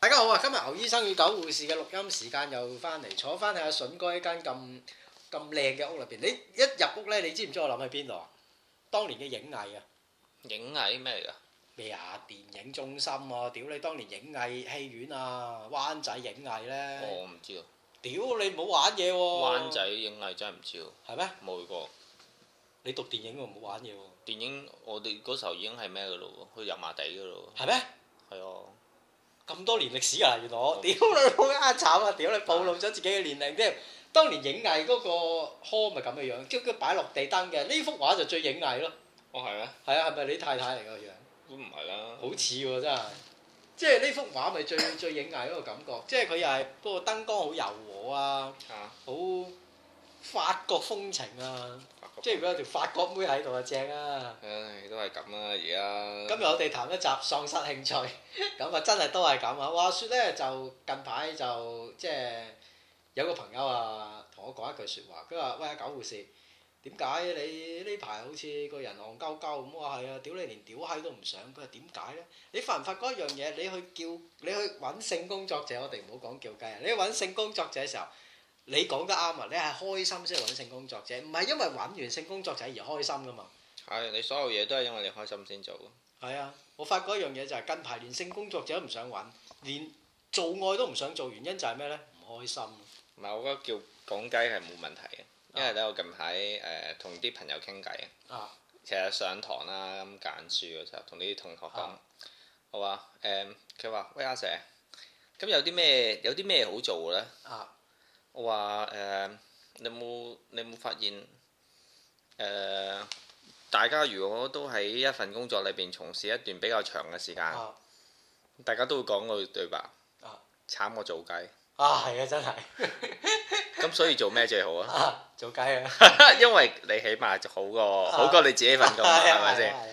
大家好啊！今日牛醫生與狗護士嘅錄音時間又翻嚟，坐翻喺阿筍哥一間咁咁靚嘅屋裏邊。你一入屋咧，你知唔知我諗喺邊度啊？當年嘅影藝啊，影藝咩嚟㗎？咩啊？電影中心啊，屌你！當年影藝戲院啊，灣仔影藝咧，我唔知喎。屌你唔好玩嘢喎！灣仔影藝真係唔知喎，係咩？冇去過。你讀電影喎，唔好玩嘢喎，電影我哋嗰時候已經係咩㗎咯喎？去油麻地㗎咯係咩？喎。係啊，咁多年歷史啊，原來我屌你老啊慘啊！屌你暴露咗自己嘅年齡添。當年影藝嗰個殼咪咁嘅樣，叫佢擺落地燈嘅，呢幅畫就最影藝咯。哦係咩？係啊，係咪你太太嚟個樣？都唔係啦。好似喎真係，即係呢幅畫咪最最影藝嗰個感覺，即係佢又係嗰個燈光好柔和啊，嚇，好法國風情啊，即係如果有條法國妹喺度啊正啊！唉，都係咁啦， 而家今日我哋談一集喪失興趣，咁啊真係都係咁啊！話説咧就近排就即係有個朋友啊同我講一句説話，佢話：喂阿狗護士，點解你呢排好似個人戇鳩鳩咁？我話係啊，屌你連屌閪都唔想。佢話點解咧？你發唔發覺一樣嘢？你去叫你去揾性工作者，我哋唔好講叫雞啊！你去揾性工作者嘅時候。你講得啱啊！你係開心先去揾性工作者，唔係因為揾完性工作者而開心噶嘛。係你所有嘢都係因為你開心先做。係啊，我發覺一樣嘢就係近排連性工作者都唔想揾，連做愛都唔想做，原因就係咩呢？唔開心。唔係，我覺得叫講雞係冇問題嘅，因為咧我近排誒同啲朋友傾偈啊。啊！其實上堂啦，咁揀書嘅時候，同啲同學講啊，我話誒，佢話喂阿 Sir，咁有啲咩有啲咩好做咧？啊！我話誒、你有冇你有冇發現誒、大家如果都喺一份工作裏邊從事一段比較長嘅時間，啊！大家都會講句對白，啊慘過做 雞。啊，係啊，真係咁所以做咩 最好啊？啊，做雞啊，因為你起碼就好過好過你自己份 工，係啊係咪？係先？啊係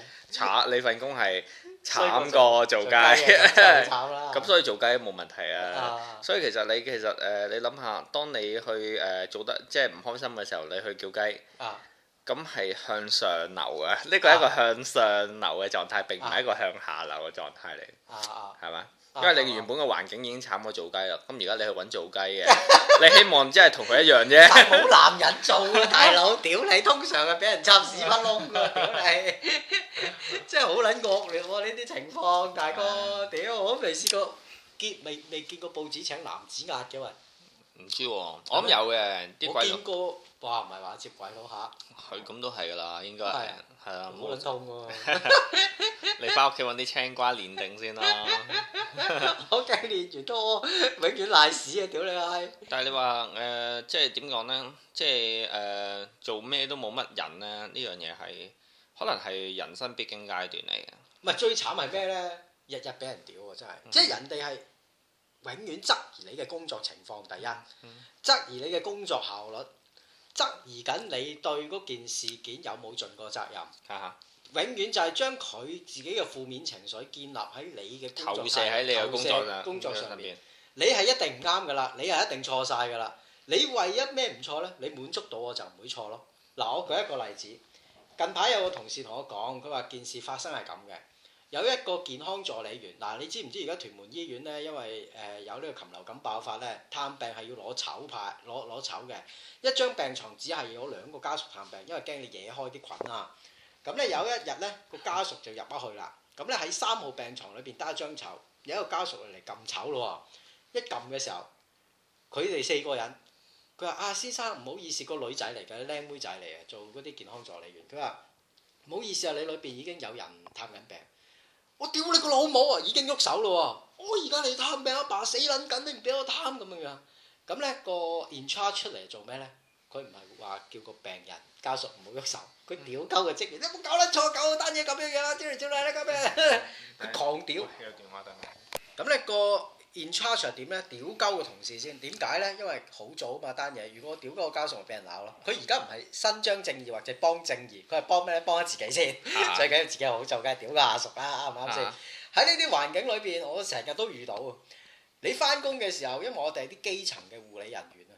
啊慘你份工係衰過慘過做做雞，啊 真係咁慘啦。所以做雞冇問題啊。啊所以其實你其實誒、你諗下，當你去誒、做得即係唔開心嘅時候，你去叫雞。啊咁係向上流嘅，呢個係一個向上流嘅狀態，並唔係一個向下流嘅狀態嚟，啊啊！係嘛？啊因為你原本嘅環境已經慘過做雞啦，咁而家你去揾做雞嘅， 你希望即係同佢一樣但係啫。冇男人做 啊，大佬，屌你！通常係俾人插屎忽窿㗎，屌你！ 真係好撚惡劣喎呢啲情況，大哥，啊屌我都未試過見未未見過報紙請男子壓嘅喂。唔知喎，我諗有嘅，啲我鬼佬見過，哇唔係話接鬼佬嚇，佢咁都係㗎啦，應該係係啊係好，啊冇撚痛喎！你翻屋企揾啲青瓜練定先啦。 我計練完都屙永遠賴屎啊！屌你閪！但係你話誒、即係點講呢？即係誒、呃做咩都冇乜人呢。呢樣嘢係可能係人生必經階段嚟嘅。唔係最慘係咩咧？日日俾人屌啊！真係，嗯即係人哋係永遠質疑你嘅工作情況，第一嗯質疑你嘅工作效率，質疑緊你對嗰件事件有冇盡過責任。哈啊哈。永遠就係將佢自己嘅負面情緒建立喺你嘅工作投射喺你嘅工作投射上工作上面。邊。你係一定唔啱噶啦，你係一定錯晒噶啦。你唯一咩唔錯呢？你滿足到我就唔會錯咯。嗱，我舉一個例子，近排有個同事同我講，佢話件事發生係咁嘅，有一個健康助理員，嗱，你知唔知而家屯門醫院呢？因為誒、呃有呢個禽流感爆發呢，探病係要攞籌牌，攞攞籌嘅，一張病床只係有兩個家屬探病，因為驚你惹開啲菌啊。咁咧有一日咧個家屬就入咗去啦，咁咧喺三號病床裏邊得一張籌，有一個家屬嚟撳籌咯喎。一撳嘅時候，佢哋四個人，佢話：啊先生唔好意思，個女仔嚟嘅，靚妹仔嚟嘅，做嗰啲健康助理員。佢話：唔好意思啊，你裏邊已經有人探緊病。我屌你個老母啊！已經喐手咯喎！我而家嚟探病，阿爸死撚緊，你唔俾我探咁樣樣。咁咧個 in charge 出嚟做咩咧？佢唔係話叫個病人家屬唔好喐手，佢屌鳩個職員，你冇搞撚錯，搞單嘢咁樣樣啦，屌嚟屌嚟啦咁樣，佢狂屌。嗯有電話等咁咧個 in charge 係點咧？屌鳩個同事先，點解咧？因為好早啊嘛單嘢，如果我屌鳩個家屬，咪俾人鬧咯。佢而家唔係伸張正義或者幫正義，佢係幫咩咧？幫咗自己先， 我。最緊要自己好做，梗係屌個下屬啦，啱唔啱先？喺呢啲環境裏邊，我成日都遇到啊。你翻工嘅時候，因為我哋係啲基層嘅護理人員啊，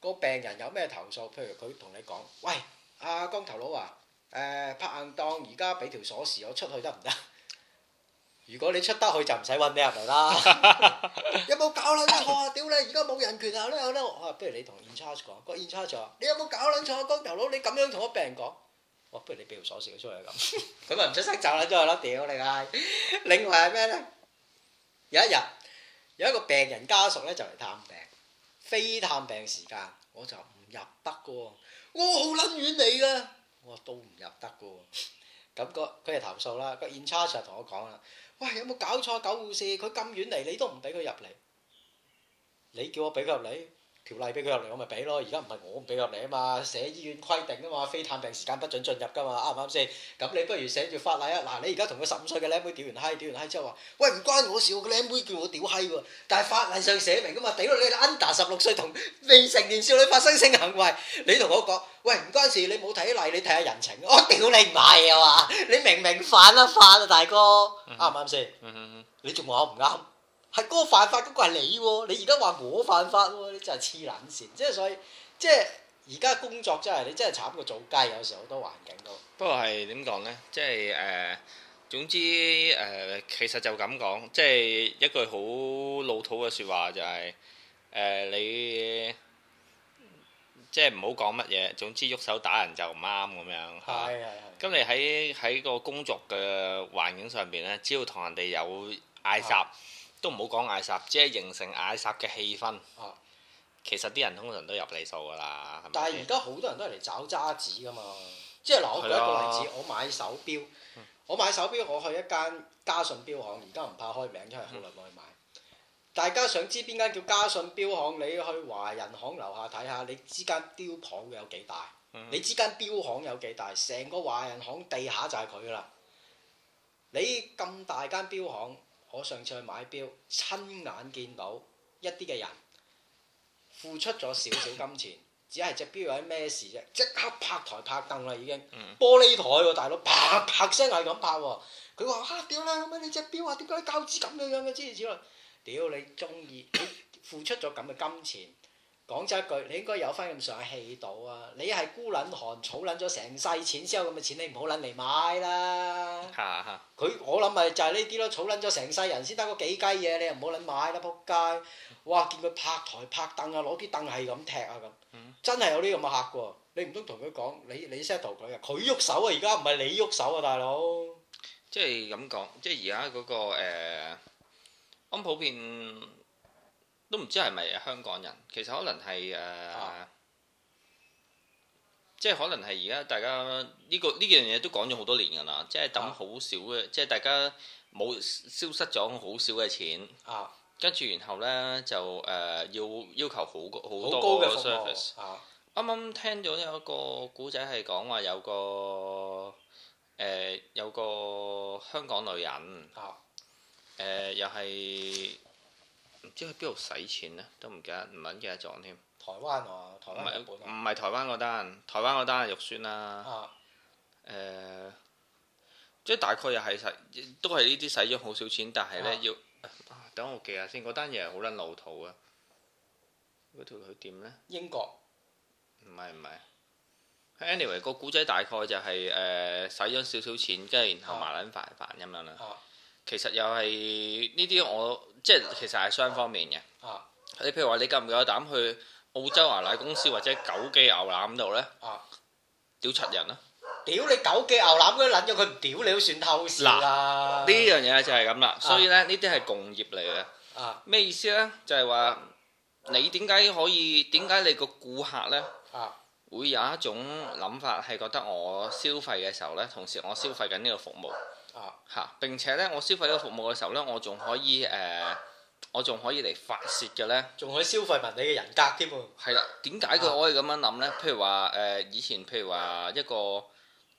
個病人有咩投訴，譬如佢同你講：，喂，阿、光頭佬啊，誒、拍硬檔，而家俾條鎖匙我出去得唔得？如果你出得去就唔使揾你入嚟啦。 有冇搞撚錯啊？屌你！而家冇人權啊！呢樣呢，我話不如你同 in charge 講，個 in charge 就話你有冇搞撚錯啊？光頭佬，你咁樣同我病人講。我話不如你俾條鎖匙佢出去咁，佢咪唔出聲走撚咗去啦！屌你唉！另外係咩咧？有一日有一個病人家屬咧就嚟探病，非探病時間我就唔入得嘅喎，我好撚遠你㗎，我話都唔入得嘅喎。咁個佢係投訴啦，個 in charge 就同我講啦。喂，有冇搞錯啊？狗護士佢咁遠嚟，你都唔俾佢入嚟。你叫我俾佢入嚟，條例俾佢入嚟，我咪俾咯。而家唔係我唔俾佢入嚟啊嘛，寫醫院規定啊嘛，非探病時間不准進入噶嘛，啱唔啱先？咁你不如寫住法例啊！嗱，你而家同個十五歲嘅僆妹屌完閪，屌完閪之後話：喂，唔關我事喎，個僆妹叫我屌閪喎。但係法例上寫明噶嘛，屌你 under 十六歲同未成年少女發生性行為，你同我講：喂，唔關事，你冇睇例，你睇下人情。我屌你唔係啊嘛，你明明犯啦犯啊，大哥，啱唔啱先？嗯哼你仲話我唔啱？係嗰個犯法嗰個係你喎，你而家話我犯法喎，你真係黐撚線！即係所以，即係而家工作真係你真係慘過做雞，有時好多環境都不過係點講呢？即係誒、呃，總之誒、呃其實就咁講，即係一句好老土嘅説話就係、誒、你即係唔好講乜嘢，總之喐手打人就唔啱咁樣嚇。係係咁你喺喺個工作嘅環境上邊呢，只要同人哋有嗌霎，啊都唔好講嗌霎，只係形成嗌霎嘅氣氛。啊其實啲人通常都入你數㗎啦，係但咪係而先？嗯家好多人都係嚟找渣子噶嘛，即係嗱，我舉一啊個例子，我買手錶，我買手錶，我去一間嘉信錶行，而家唔怕開名，因為好耐冇去買。嗯大家想知邊間叫嘉信錶行？你去華人行樓下睇下，你知間錶行有幾大？嗯你知間錶行有幾大？成個華人行地下就係佢啦。你咁大間錶行，我上次去買錶，親眼見到一啲嘅人付出咗少少金錢，只係隻錶有啲咩事啫，即刻拍台拍凳啦已經。嗯玻璃台喎、大佬，啪啪聲係咁拍喎。佢話：嚇屌啦，乜你隻錶啊？點解啲膠紙咁樣樣嘅？諸如此類。屌你中意，你付出咗咁嘅金錢。講真一句，你應該有翻咁上下氣度啊！你係孤撚寒，儲撚咗成世錢先有咁嘅錢，你唔好撚嚟買啦。嚇嚇佢我諗咪就係呢啲咯，儲撚咗成世人先得嗰幾雞嘢，你又唔好撚買啦，仆街！哇，見佢拍台拍凳啊，攞啲凳係咁踢啊咁嗯，真係有呢咁嘅客喎！你唔通同佢講你你 settle 佢啊？佢喐手啊，而家唔係你喐手啊，大佬。即係咁講，即係而家嗰個誒，安普遍都唔知係咪香港人，其實可能係誒，呃啊即係可能係而家大家呢、個呢樣嘢都講咗好多年㗎啦，即係抌啊好少嘅，即係大家冇消失咗好少嘅錢，啊，跟住然後呢，就誒、要要求好高好好多高嘅個服 service。務啊，啱啱聽到有一個古仔係講話有個誒、呃有個香港女人誒、啊呃又係唔知去邊度使錢咧，都唔記得唔撚記得咗添。台灣啊，台唔灣係嗯日本啊，唔係台灣嗰單，台灣嗰單係肉酸啦。啊誒、即係大概又係使都係呢啲使咗好少錢，但係咧、啊要、啊等我記下先，嗰單嘢係好撚老土啊！嗰條女點咧？英國唔係唔係。anyway 個古仔大概就係誒使咗少少錢，跟住然後麻撚煩煩咁樣啦。啊其實又係呢啲我即係其實係雙方面嘅。啊你譬如話你夠唔夠膽去澳洲牛奶公司或者九記牛腩度呢？啊！屌柒人啦！屌你九記牛腩嗰啲撚咗，佢唔屌你都算偷視啦呢。樣嘢就係咁啦，所以呢，呢啲係共業嚟嘅。啊咩意思呢？就係話你點解可以？點解你個顧客呢？啊會有一種諗法係覺得我消費嘅時候呢，同時我消費緊呢個服務。啊嚇！並且咧，我消費咗服務嘅時候咧，我仲可以誒、呃我仲可以嚟發泄嘅咧，仲可以消費埋你嘅人格添喎。係啦。點解佢啊可以咁樣諗咧？譬如話誒、呃以前譬如話一個誒、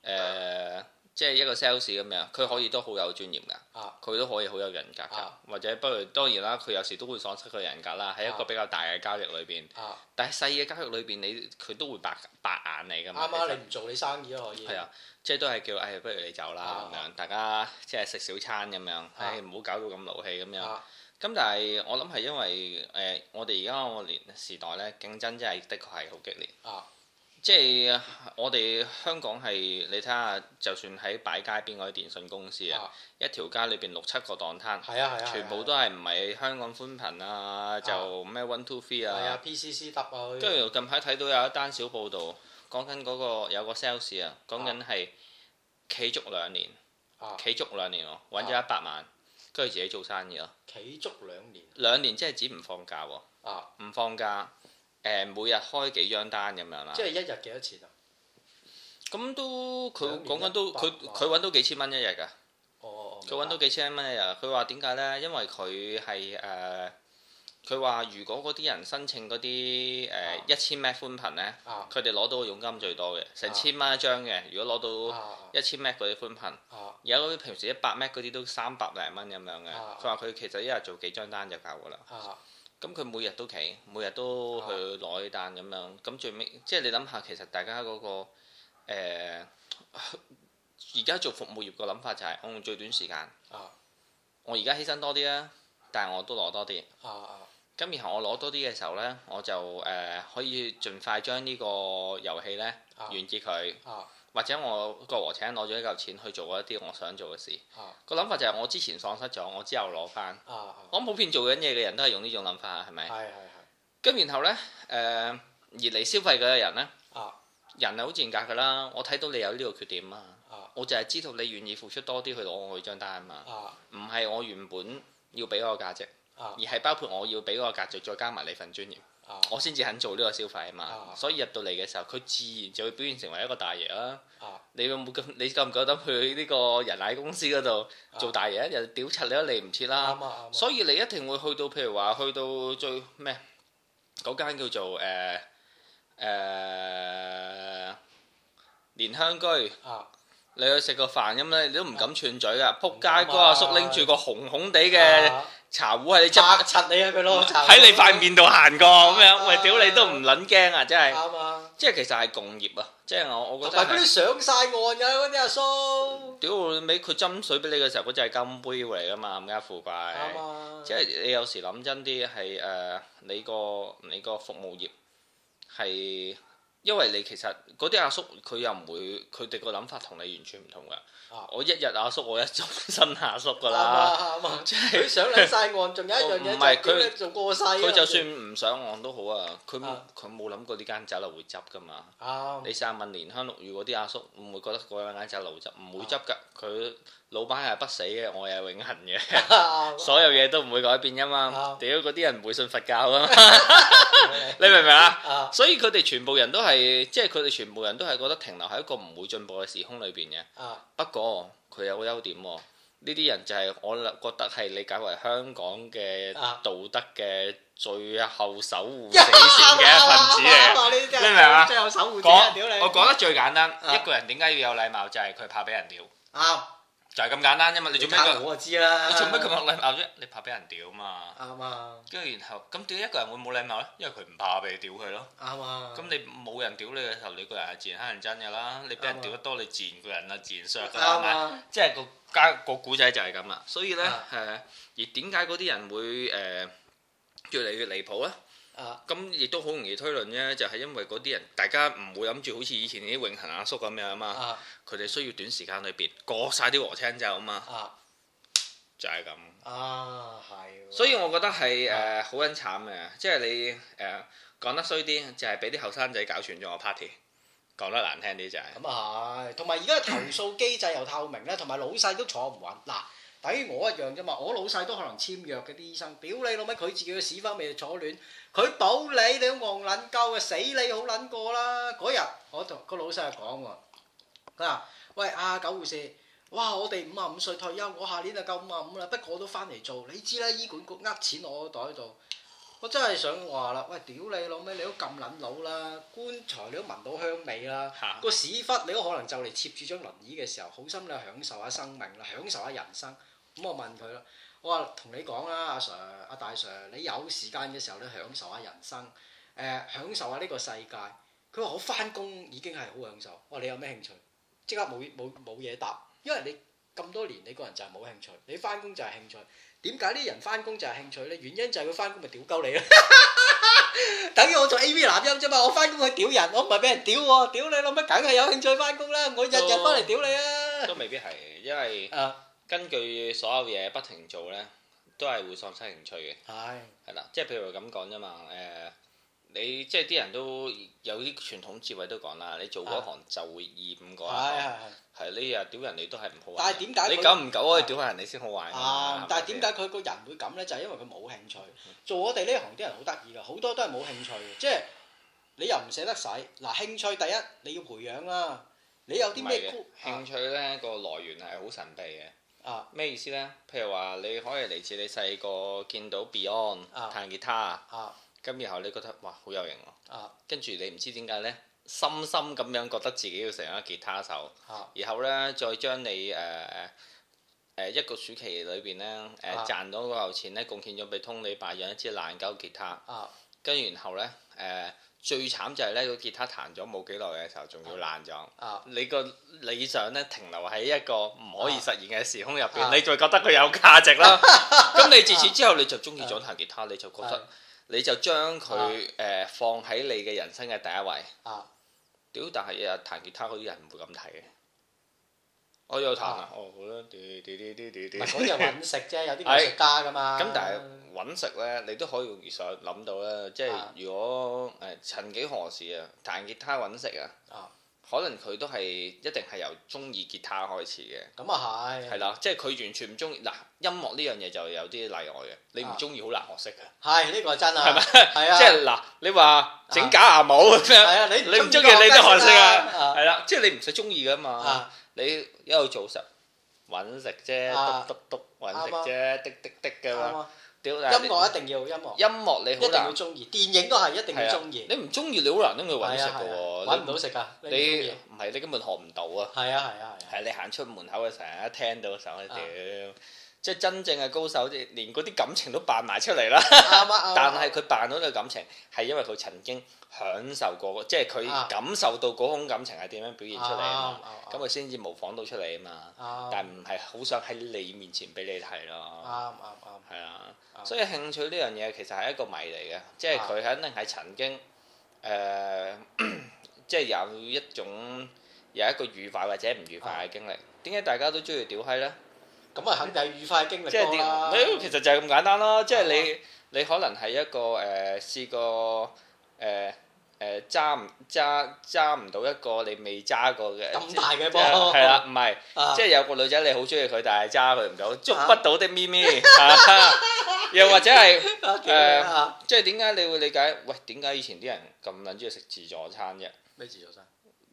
呃即係一個 sales 咁樣，佢可以都好有專業㗎，啊佢都可以好有人格㗎，啊或者不過當然啦，佢有時都會喪失佢人格啦，喺一個啊比較大嘅交易裏邊。啊！但係細嘅交易裏邊，你佢都會白白眼你㗎嘛。啱其啊！實你唔做你生意咯，可以。係啊，即係都係叫，誒，不如你走啦啊咁樣，大家即係食小餐咁樣，唉，唔好搞到咁勞氣咁樣。啊。咁但係我諗係因為誒、我哋而家個年時代咧，競爭真係的確係好激烈。啊即係我哋香港係你睇下，就算喺擺街邊嗰啲電信公司啊，啊一條街裏邊六七個檔攤，係啊係啊，全部都係唔係香港寬頻啊，就咩 One Two Three 係啊啊，PCC 得啊，跟住近排睇到有一單小報導，講緊嗰個有個 sales 啊，講緊係企足兩年，啊企足兩年喎，揾咗啊一百萬，跟住自己做生意咯。企足兩年兩年即係指唔放假喎，啊，唔放假，誒、每日開幾張單咁樣啦即。係一日幾多錢啊？咁都佢兩年講緊都100佢萬佢揾到幾千蚊一日㗎，哦，佢揾到幾千蚊一日。佢話點解呢？因為佢係誒，呃佢、話如果嗰啲人申請嗰啲啊誒一千 m 寬頻呢。啊佢哋攞到嘅佣金最多嘅，成啊千蚊一張嘅。如果攞到啊一千 m 嗰啲寬頻，啊而家嗰啲平時一百 m 嗰啲都三百零蚊咁樣嘅。啊佢話佢其實一日做幾張單就夠噶啦。啊咁佢每日都企，每日都去攞單咁樣。咁最尾即係你諗下，其實大家嗰、個呃而家、做服務業個諗法就係、我用最短時間，啊我而家犧牲多啲啦，但係我都攞多啲。啊啊咁然後我攞多啲嘅時候呢，我就誒、呃可以盡快將呢個遊戲呢啊完結佢，啊或者我個和請攞咗一嚿錢去做一啲我想做嘅事。啊個諗法就係我之前喪失咗，我之後攞翻。啊啊，我諗普遍做緊嘢嘅人都係用呢種諗法，係咪？係係係咁然後呢，誒、而嚟消費嘅人呢，啊人係好賤格㗎啦。我睇到你有呢個缺點啊，啊我就係知道你願意付出多啲去攞我嗰張單啊嘛，啊唔係我原本要俾嗰個價值，啊而係包括我要俾嗰個價值，再加埋你份專業。啊我先至肯做呢個消費啊嘛啊，所以入到嚟嘅時候，佢自然就會表現成為一個大爺啦。啊你有冇咁？你夠唔夠膽去呢個人奶公司嗰度啊做大爺？人哋屌柒你都嚟唔切啦。啱啊啱啊所以你一定會去到，譬如話去到最咩嗰間叫做誒誒蓮香居，啊你去食個飯咁咧，你都唔敢串嘴噶。仆唔街敢啊嗰阿叔拎住個紅紅地嘅啊茶壺喺你側拆拆你啊佢咯，拆喺你塊面度行過咁樣，啊喂屌你都唔撚驚啊！真係，啱啊。即係其實係共業啊！即係我我同覺得埋嗰啲係，上晒岸㗎嗰啲阿叔，屌你尾佢斟水俾你嘅時候，嗰隻係金杯嚟㗎嘛，冚家腐敗。啱啊，即係你有時諗真啲係誒，你個你個服務業係，因為你其實嗰啲阿叔佢又唔會，佢哋個諗法同你完全唔同㗎啊。我一日阿叔，我一終身阿叔㗎啱啦。啊啱啊，即佢係上撚晒岸，仲有一樣唔係嘢佢就屌你做過世啊佢就算唔上岸都好啊，佢冇啊佢冇諗過呢間酒樓會執㗎嘛。啱你試下問蓮香六月嗰啲阿叔，唔會覺得嗰兩間酒樓執，唔會執㗎。佢老闆係不死嘅，我係永恆嘅，啱所有嘢都唔會改變㗎嘛啊。屌嗰啲人唔會信佛教㗎嘛，你明唔明啊？啊所以佢哋全部人都係，即係佢哋全部人都係覺得停留喺一個唔會進步嘅時空裏邊嘅。啊不過佢有個優點喎，呢啲人就係我覺得係理解為香港嘅啊道德嘅最後守護一死線嘅一份子嚟嘅。嚟你明嘛最後守護者啊屌你，講我講得最簡單，啊一個人點解要有禮貌，就係佢怕俾人屌，啱，就係咁簡單啫嘛。你做咩咁？我就知啦，你做咩咁啊冇禮貌啫？你怕俾人屌嘛？啱啊跟住然後咁點解一個人會冇禮貌咧？因為佢唔怕俾你屌佢咯。啱啊，咁你冇人屌你嘅時候，你個人係自然乞人憎㗎啦。你俾人屌得多，你自然個人啊自然削㗎啦，係啱咪？啊即係個家個古仔就係咁啦。所以咧誒，啊而點解嗰啲人會誒越嚟越離譜咧？啊咁亦都好容易推論啫，就係因為嗰啲人大家唔會諗住好似以前啲永恆阿叔咁樣啊嘛。啊佢哋需要短時間裏邊過晒啲和青酒啊嘛，啊就係咁。啊啊係喎，所以我覺得係誒好撚慘嘅，即係你誒講得衰啲，就係俾啲後生仔搞串咗個 party。講得難聽啲就係。咁啊係，同埋而家嘅投訴機制又透明咧，同埋老細都坐唔穩。嗱，等於我一樣啫嘛，我老細都可能簽約嘅啲醫生，屌你老味，佢自己嘅屎忽味就坐亂，佢保你你都戇撚鳩嘅，死你好撚過啦！嗰日我同個老細就講喎，佢話：喂啊，九護士。哇！我哋五啊五歲退休，我下年就夠五啊五啦。不過我都翻嚟做，你知啦，醫管局呃錢我袋度，我真係想話啦，喂，屌你老味，你都咁撚老啦，棺材你都聞到香味啦。 嚇個屎忽你都可能就嚟貼住張輪椅嘅時候，好心你享受下生命啦，享受下人生。咁我問佢啦，我話同你講啦，阿 Sir、阿大 Sir，你有時間嘅時候你享受下人生，誒、享受下呢個世界。佢話我翻工已經係好享受。我話你有咩興趣？即刻冇冇冇嘢答，因為你咁多年你個人就係冇興趣，你翻工就係興趣。點解啲人翻工就係興趣呢？原因就係佢翻工咪屌鳩你咯。 等於我做 A.V. 男音啫嘛，我翻工去屌人，我唔係俾人屌喎，屌你老母，梗係有興趣翻工啦，我日日翻嚟屌你啊！都未必係，因為啊，根據所有嘢不停做呢，都係會喪失興趣嘅，係係啦，即係譬如咁講啫嘛，誒、你即係啲人都有啲傳統智慧都講啦，你做嗰行就會厭嗰係行，係係。啊係你日日屌人哋都係唔好玩。但係點解佢你久唔久可以屌下人哋先好玩㗎啊嘛？！但係點解佢個人會咁呢？就係、因為佢冇興趣。做我哋呢行啲人好得意㗎，好多都係冇興趣嘅，即係你又唔捨得使。嗱，興趣第一你要培養啦，你有係啲咪咩嘅孤興趣呢個來源係好神秘嘅。啊咩意思呢？譬如話你可以嚟自你細個見到 Beyond 啊彈吉他，啊咁然後你覺得哇好有型喎，啊跟住你唔知點解呢，深深咁樣覺得自己要成為一個吉他手，啊然後呢，再將你誒誒誒一個暑期裏邊呢，誒、啊賺到嗰嚿錢呢，貢獻咗俾通你拜養一支爛鳩吉他，啊跟住然後呢，誒、最慘就係呢個吉他彈咗冇幾耐嘅時候，仲要爛咗。啊！你個理想咧停留喺一個唔可以實現嘅時空入邊，啊你就會覺得佢有價值啦。咁你自此之後你就啊中意咗彈吉他，你就覺得你就將佢誒放喺你嘅人生嘅第一位。啊屌！但係日日彈吉他嗰啲人唔會咁睇嘅。我有彈啊，哦好啦，屌屌屌屌屌唔屌係嗰啲係揾食啫，有啲藝術家㗎嘛。咁 但係揾食咧，你都可以用預想諗到啦。即係啊如果誒、曾幾何時啊，彈吉他揾食啊，啊可能佢都係一定係由中意吉他開始嘅。咁啊係係啦，即係佢完全唔中意嗱音樂呢樣嘢就有啲例外嘅，你唔中意好難學識嘅，係呢個係真啊，係咪係啊，即係嗱你話整假牙帽咁係樣，啊，你你唔中意你都學識啊，啊係啦，即係你唔使中意噶嘛，啊你一路做實揾食啫，啊篤篤篤揾食啫，滴滴滴咁啱樣，啊！屌音樂一定要音樂，音樂你一定好要難，中意，電影都係一定要中意。你唔中意你好難拎佢揾係食啊嘅係啊揾唔喎，到食㗎，你你唔中你意唔係你根本學唔到啊！係啊係啊係啊，係你行出門口嘅時候，一聽到嘅時候，啊屌！即係真正嘅高手，即係連嗰啲感情都扮埋出嚟啦。啱啊啱啊。 但係佢扮到呢個感情，係因為佢曾經享受過，即係啊佢感受到嗰種感情係點樣表現出嚟啊嘛。咁啱佢先至模仿到出嚟啊嘛。啱啱但唔係好想喺你面前俾你睇咯。啱啱係啊，啱所以興趣呢樣嘢其實係一個謎嚟嘅，即啊係佢肯定係曾經誒、呃 即係有一種有一個愉快或者唔愉啊快嘅經歷。點解大家都中意屌閪呢？咁啊，肯定係愉快經歷即係多啦。啊點？你其實就係咁簡單啦，即係啱你你可能係一個誒、呃、試過誒誒揸唔揸揸唔到一個你未揸過嘅咁大嘅即波係係啦，唔係啊即係有個女仔你好中意佢，但係揸佢唔到，捉不到的咪咪，啊又或者係啊屌你啊即係點解你會理解？喂，點解以前啲人咁撚中意食自助餐啫？咩自助餐？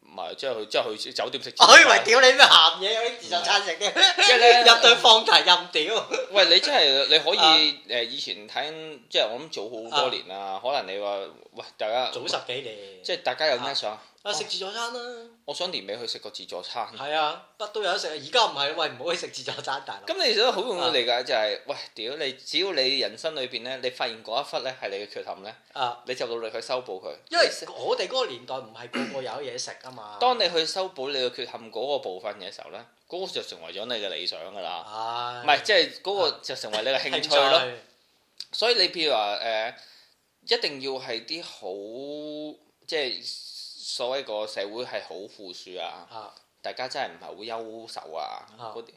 唔係，即係佢即係去酒店食自我助以為餐。屌你咩鹹嘢有啲自助餐食添，即係咧入對放題任屌。 喂，你真係你可啊以誒以前睇，即係我諗早好多年啦。可能你話喂大家，早十幾年，即係大家有咩想？啊食自助餐啦，我想年尾去食個自助餐。係啊，乜都有得食啊。而家唔係，喂唔好去食自助餐，大佬。咁你都好容易理解就係，喂屌你，只要你人生裏邊咧，你發現嗰一忽咧係你嘅缺陷咧，啊，你就努力去修補佢。因為我哋嗰個年代唔係個個有嘢食啊嘛。當你去修補你嘅缺陷嗰個部分嘅時候咧，嗰個就成為咗你嘅理想㗎啦。唉唔係，即係嗰啊個就成為你嘅興趣咯。咯。所以你譬如話誒、呃一定要係啲好，即係所謂個社會係好富庶啊，啊大家真係唔係好優秀啊，啊嗰啲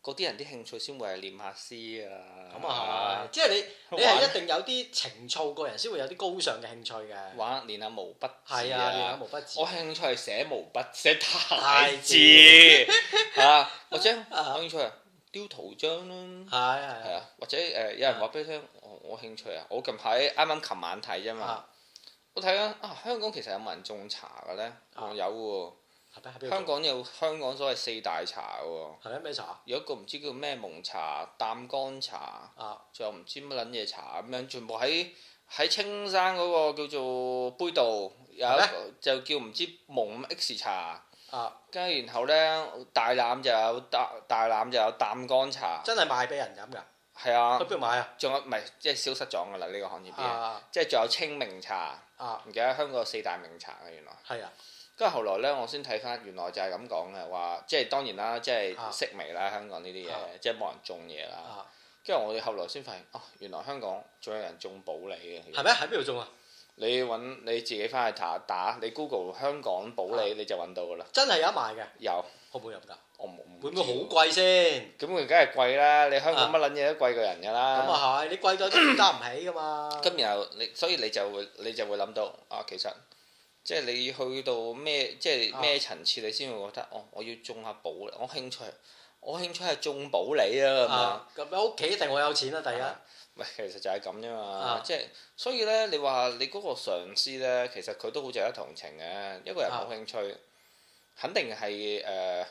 嗰啲人啲興趣先會係練下詩啊，咁啊係，即係你你係一定有啲情操個人先會有啲高尚嘅興趣嘅。玩練下毛筆字係啊，你有啊。毛筆字。我興趣係寫毛筆、寫大太字啊，或者我興趣係雕圖章啦。係係係係啊，或者誒、有人話俾你聽，我我興趣啊，我近排啱啱琴晚睇啫嘛啊，我睇緊啊香港其實有冇人種茶嘅咧？啊我有係啊咩？喺邊度喎，香港有香港所謂四大茶喎，係咩啊咩茶有一個唔知叫咩蒙茶、淡乾茶，啊？仲有唔知乜撚嘢茶咁樣，全部喺喺青山嗰個叫做杯度有一係個就叫唔知蒙 X 茶，啊，跟住然後咧大欖就有大大欖就有淡乾茶，真係賣俾人飲㗎？係啊去。邊度買啊？仲有唔係即係消失咗㗎啦呢個行業啲嘢，啊即係仲有清明茶，啊，唔記得香港有四大名茶啦原來，係啊，跟住後來咧，我先睇翻原來就係咁講嘅話，即係當然啦，即啊係式微啦，香港呢啲嘢，啊即係冇人種嘢啦。啊，跟住我哋後來先發現，哦，原來香港仲有人種保理嘅。係咩？喺邊度種啊？你揾你自己翻去打打，你 Google 香港保啊理你就揾到噶啦。真係有得賣嘅，有，澳門有唔得？我唔唔會唔會知喎好貴先？咁佢梗係貴啦，你香啊港乜撚嘢都貴過人㗎咁啦。啊係，你貴咗都擔唔起噶嘛。咁然後你，所以你就會你就會諗到啊，其實即係你去到咩，即係啊咩層次，你先會覺得哦，我要種下保，我興趣，我興趣係種保你啊啊，咁你屋企一定我有錢啦，第咁樣。一。喂，其實就係咁啫嘛啊，即係所以咧，你話你嗰個上司咧，其實佢都好值得同情嘅。一個人啊冇興趣，肯定係誒、呃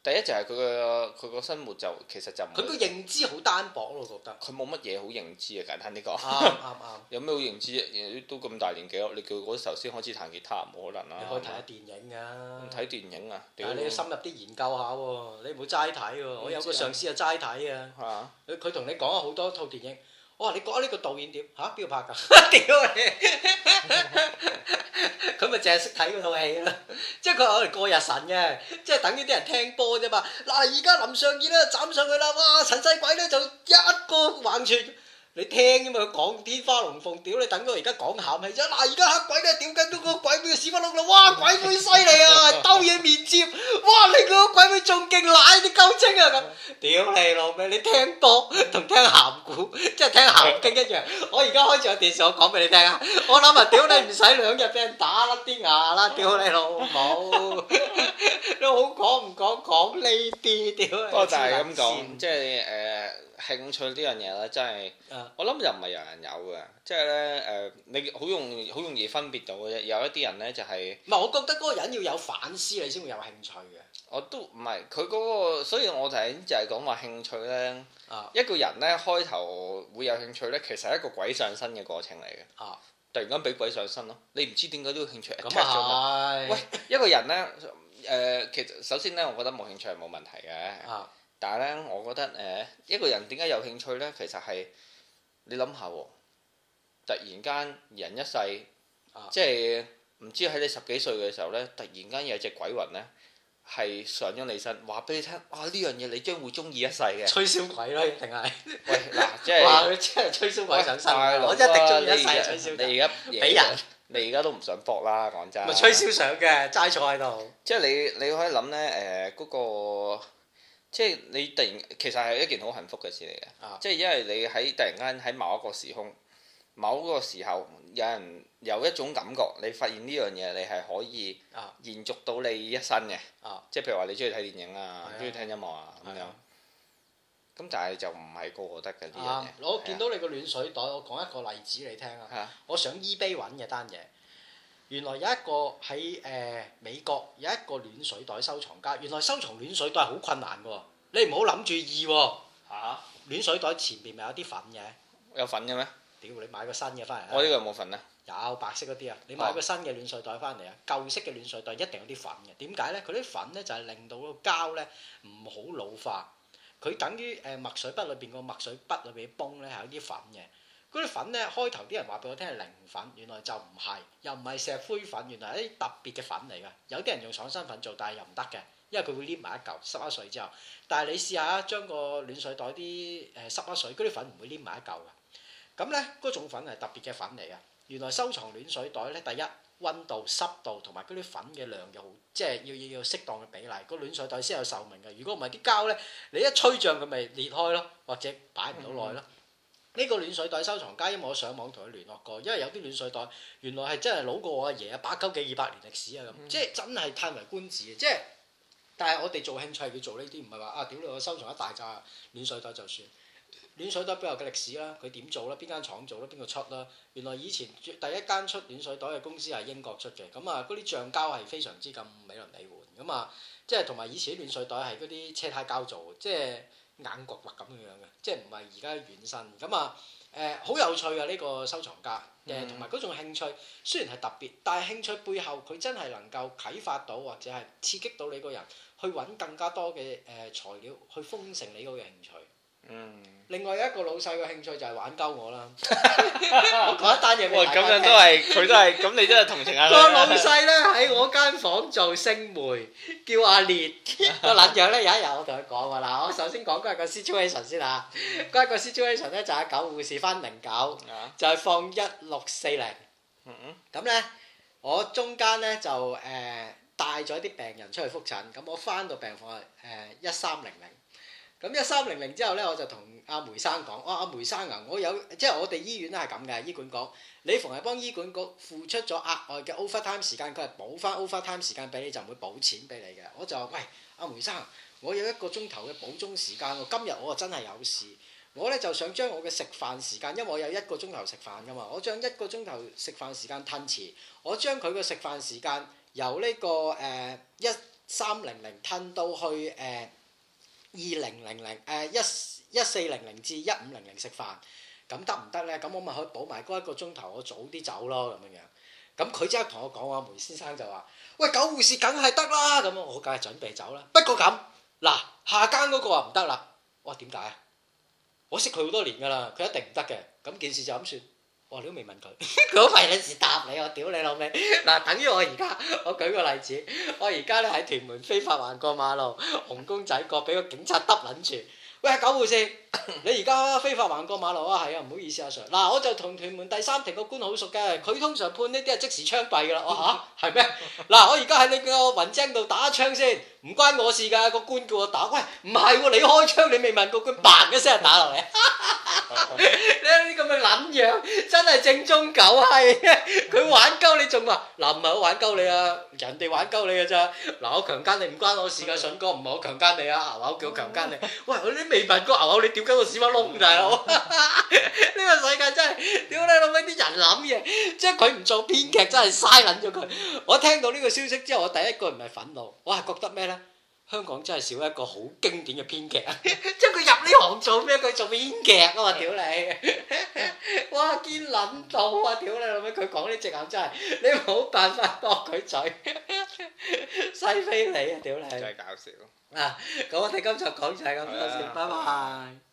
第一就係佢個佢個生活就其實就唔佢個認知好單薄咯，我覺 得。佢冇乜嘢好認知嘅，簡單啲講。啱啱啱，有咩好認知啫？都咁大年紀咯，你叫嗰時候先開始彈吉他，冇可能啦。你可以睇下電影啊㗎。睇電影啊，但屌係你要深入啲研究下喎，你唔好啊齋睇喎。我有個上司就齋睇啊，嚇！佢佢同你講咗好多套電影。我話你覺得呢個導演點吓？邊度拍 㗎？屌你！佢咪淨係識睇嗰套戲咯，即係佢我哋過日神嘅，即係等於啲人聽波啫嘛。嗱，而家林尚義咧斬上去啦，哇！陳世鬼咧就一個橫傳。你聽啫嘛，佢講天花龍鳳，屌你等到而家講喊氣啫！嗱，而家黑鬼咧屌緊到個鬼妹屎忽窿啦， 哇！鬼妹犀利啊，兜嘢面接，哇！你個鬼妹仲勁奶啲鳩精啊咁，屌你老味！你聽波同聽鹹股，即係聽鹹經一樣。我而家開住個電視，我講俾你聽啊！我諗啊，屌你唔使兩日俾人打甩啲牙啦，屌你老母！你好講唔講講呢啲？屌你！不過但係咁講，即係誒興趣呢樣嘢咧，真係啊我諗又唔係人人有嘅，即係咧誒，你好容易好容易分別到嘅啫。有一啲人咧就係、唔係，我覺得嗰個人要有反思，你先會有興趣嘅。我都唔係佢嗰個，所以我就係就係講話興趣咧。啊一個人咧開頭會有興趣咧，其實係一個鬼上身嘅過程嚟嘅。啊，突然間俾鬼上身咯，你唔知點解都要興趣 attach 咁咗佢啊係。喂，一個人呢，誒、其實首先呢，我覺得冇興趣係冇問題嘅。啊但係呢，我覺得誒、呃一個人點解有興趣呢？其實係你諗下喎，突然間人一世，啊即係唔知喺你十幾歲嘅時候呢，突然間有隻鬼魂呢，係上咗你身，話俾你聽，哇！呢樣嘢你將會中意一世 嘅。吹簫鬼咯，一定係。喂，嗱，即哇！係佢真係吹簫鬼喂上身，大佬我一定中意啊一你而世家吹簫鬼。你而家俾人你而家都唔想搏啦，講真。咪吹簫上嘅，齋坐喺度。即係你你可以諗咧誒嗰個，即係你突然其實係一件好幸福嘅事嚟嘅，啊即係因為你喺突然間喺某一個時空、某一個時候，有人有一種感覺，你發現呢樣嘢你係可以啊延續到你一生嘅，啊即係譬如話你中意睇電影啊係啊，中意聽音樂啊咁係樣啊。咁但係就唔係個個得嘅啊呢！樣嘢。我見到你個暖水袋，我講一個例子你聽啊。嚇我想 eBay 揾嘅單嘢，原來有一個喺誒、呃美國有一個暖水袋收藏家，原來收藏暖水袋係好困難嘅喎，你唔好諗住易喎，嚇暖水袋前邊咪有啲粉嘅，有份嘅咩？屌你買個新嘅翻嚟我呢啦，個有冇份啊？有白色嗰啲啊，你買個新嘅暖水袋翻嚟啊，舊式嘅暖水袋一定有啲粉嘅，點解咧？佢啲粉咧就係令到個膠咧唔好老化，佢等於誒墨水筆裏邊個墨水筆裏邊啲崩咧係有啲粉嘅。嗰啲粉咧，開頭啲人話俾我聽係零粉，原來就唔係，又唔係石灰粉，原來係一啲特別嘅粉嚟㗎。有啲人用爽身粉做，但係又唔得嘅，因為佢會黏埋一嚿，濕咗水之後。但係你試下將個暖水袋啲誒濕咗水，嗰啲粉唔會黏埋一嚿㗎。咁咧，嗰種粉係特別嘅粉嚟㗎。原來收藏暖水袋咧，第一温度、濕度同埋嗰啲粉嘅量又好，即係要要要適當嘅比例，個暖水袋先有壽命嘅。如果唔係啲膠咧，你一吹脹佢咪裂開咯，或者擺唔到耐咯。呢個暖水袋收藏家，因為我上網同佢聯絡過，因為有啲暖水袋原來係真係老過我阿爺啊，百鳩幾二百年歷史啊咁，即係真係歎為觀止嘅。即係，但係我哋做興趣係要做呢啲，唔係話啊屌你我收藏一大扎暖水袋就算。暖水袋背後嘅歷史啦，佢點做啦？邊間廠做啦？邊個出啦？原來以前最第一間出暖水袋嘅公司係英國出嘅，咁啊嗰啲橡膠係非常之咁美輪美奐，咁啊即係同埋以前啲暖水袋係嗰啲車胎膠做嘅，即係硬掘掘咁樣嘅，即係唔係而家軟身咁啊誒好有趣啊！呢、個收藏家誒嗯同埋嗰種興趣雖然係特別，但係興趣背後佢真係能夠啟發到或者係刺激到你個人去揾更加多嘅誒、材料去豐盛你嗰個興趣。嗯，另外一個老細嘅興趣就係玩鳩我 啦。我講一單嘢俾喂，大咁家樣聽都係佢都係，咁你真係同情下個老 佢。啊細咧喺我間房做星媒，叫阿 烈個撚樣咧。有一日我同佢講話嗱，我首先講嗰日個 situation 先嚇。嗰日個 situation 咧就係狗護士翻零九，啊，就係放一六四零。嗯嗯咁咧，我中間咧就誒、呃、帶咗啲病人出去覆診，咁我翻到病房係呃誒一三零零。咁一三零零之後咧，我就同阿梅生講：，哇、阿梅生啊，我有即係我哋醫院咧係咁嘅，醫管局，你逢係幫醫管局付出咗額外嘅 overtime 時間，佢係補翻 overtime 時間俾你，就唔會補錢俾你嘅。我就話：喂，阿梅生，我有一個鐘頭嘅補鐘時間喎，今日我啊真係有事。我咧就想將我嘅食飯時間，因為我有一個鐘頭食飯噶嘛，我將一個鐘頭食飯時間褪遲，我將佢嘅食飯時間由呢、個誒一三零零褪到去誒呃二零零零誒一一四零零至一五零零食飯，咁得唔得咧？咁我咪可以補埋嗰一個鐘頭，我早啲走咯咁樣樣。咁佢即刻同我講話，梅先生就話：喂，狗護士梗係得啦，咁我梗係準備走啦。不過咁嗱，下間嗰個話唔得啦，我話點解啊？我識佢好多年㗎啦，佢一定唔得嘅。咁件事就咁算。我話你都未問佢， 佢好費你事答你，我屌你老味！嗱，等於我而家， 我舉個例子，我而家咧喺屯門非法橫過馬路，紅公仔角俾個警察揼撚住。喂，狗護士， 你而家非法橫過馬路啊？係啊，唔好意思啊，Sir。嗱，我就同屯門第三庭個官好熟嘅，佢通常判呢啲係即時槍斃㗎啦。我吓，係咩？嗱，我而家喺你個雲精度打一槍先，唔關我事㗎，個官叫我打。喂，唔係喎，你開槍你未問個官，嘭一聲打落嚟。 你呢啲咁嘅撚樣，真係正宗狗閪！佢玩鳩你仲話嗱，唔係我玩鳩你啊，人哋玩鳩你嘅咋？嗱，我強姦你唔關我事㗎，筍哥唔係我強姦你啊，牛牛叫我強姦你。喂，我啲未問過牛牛，你屌緊我屎忽窿大佬！呢個世界真係屌你老味啲人諗嘢，即係佢唔做編劇真係嘥撚咗佢。我聽到呢個消息之後，我第一個唔係憤怒，我係覺得咩呢？香港真係少一個好經典嘅編 劇啊！ 即係佢入呢行做咩？佢做編劇啊嘛！屌你，哇堅撚到啊！屌你老味，佢講呢隻眼真係你冇辦法駁佢嘴， 西非你啊！屌真你係搞笑。啊！咁我哋今集講就係咁多係先啊，拜拜。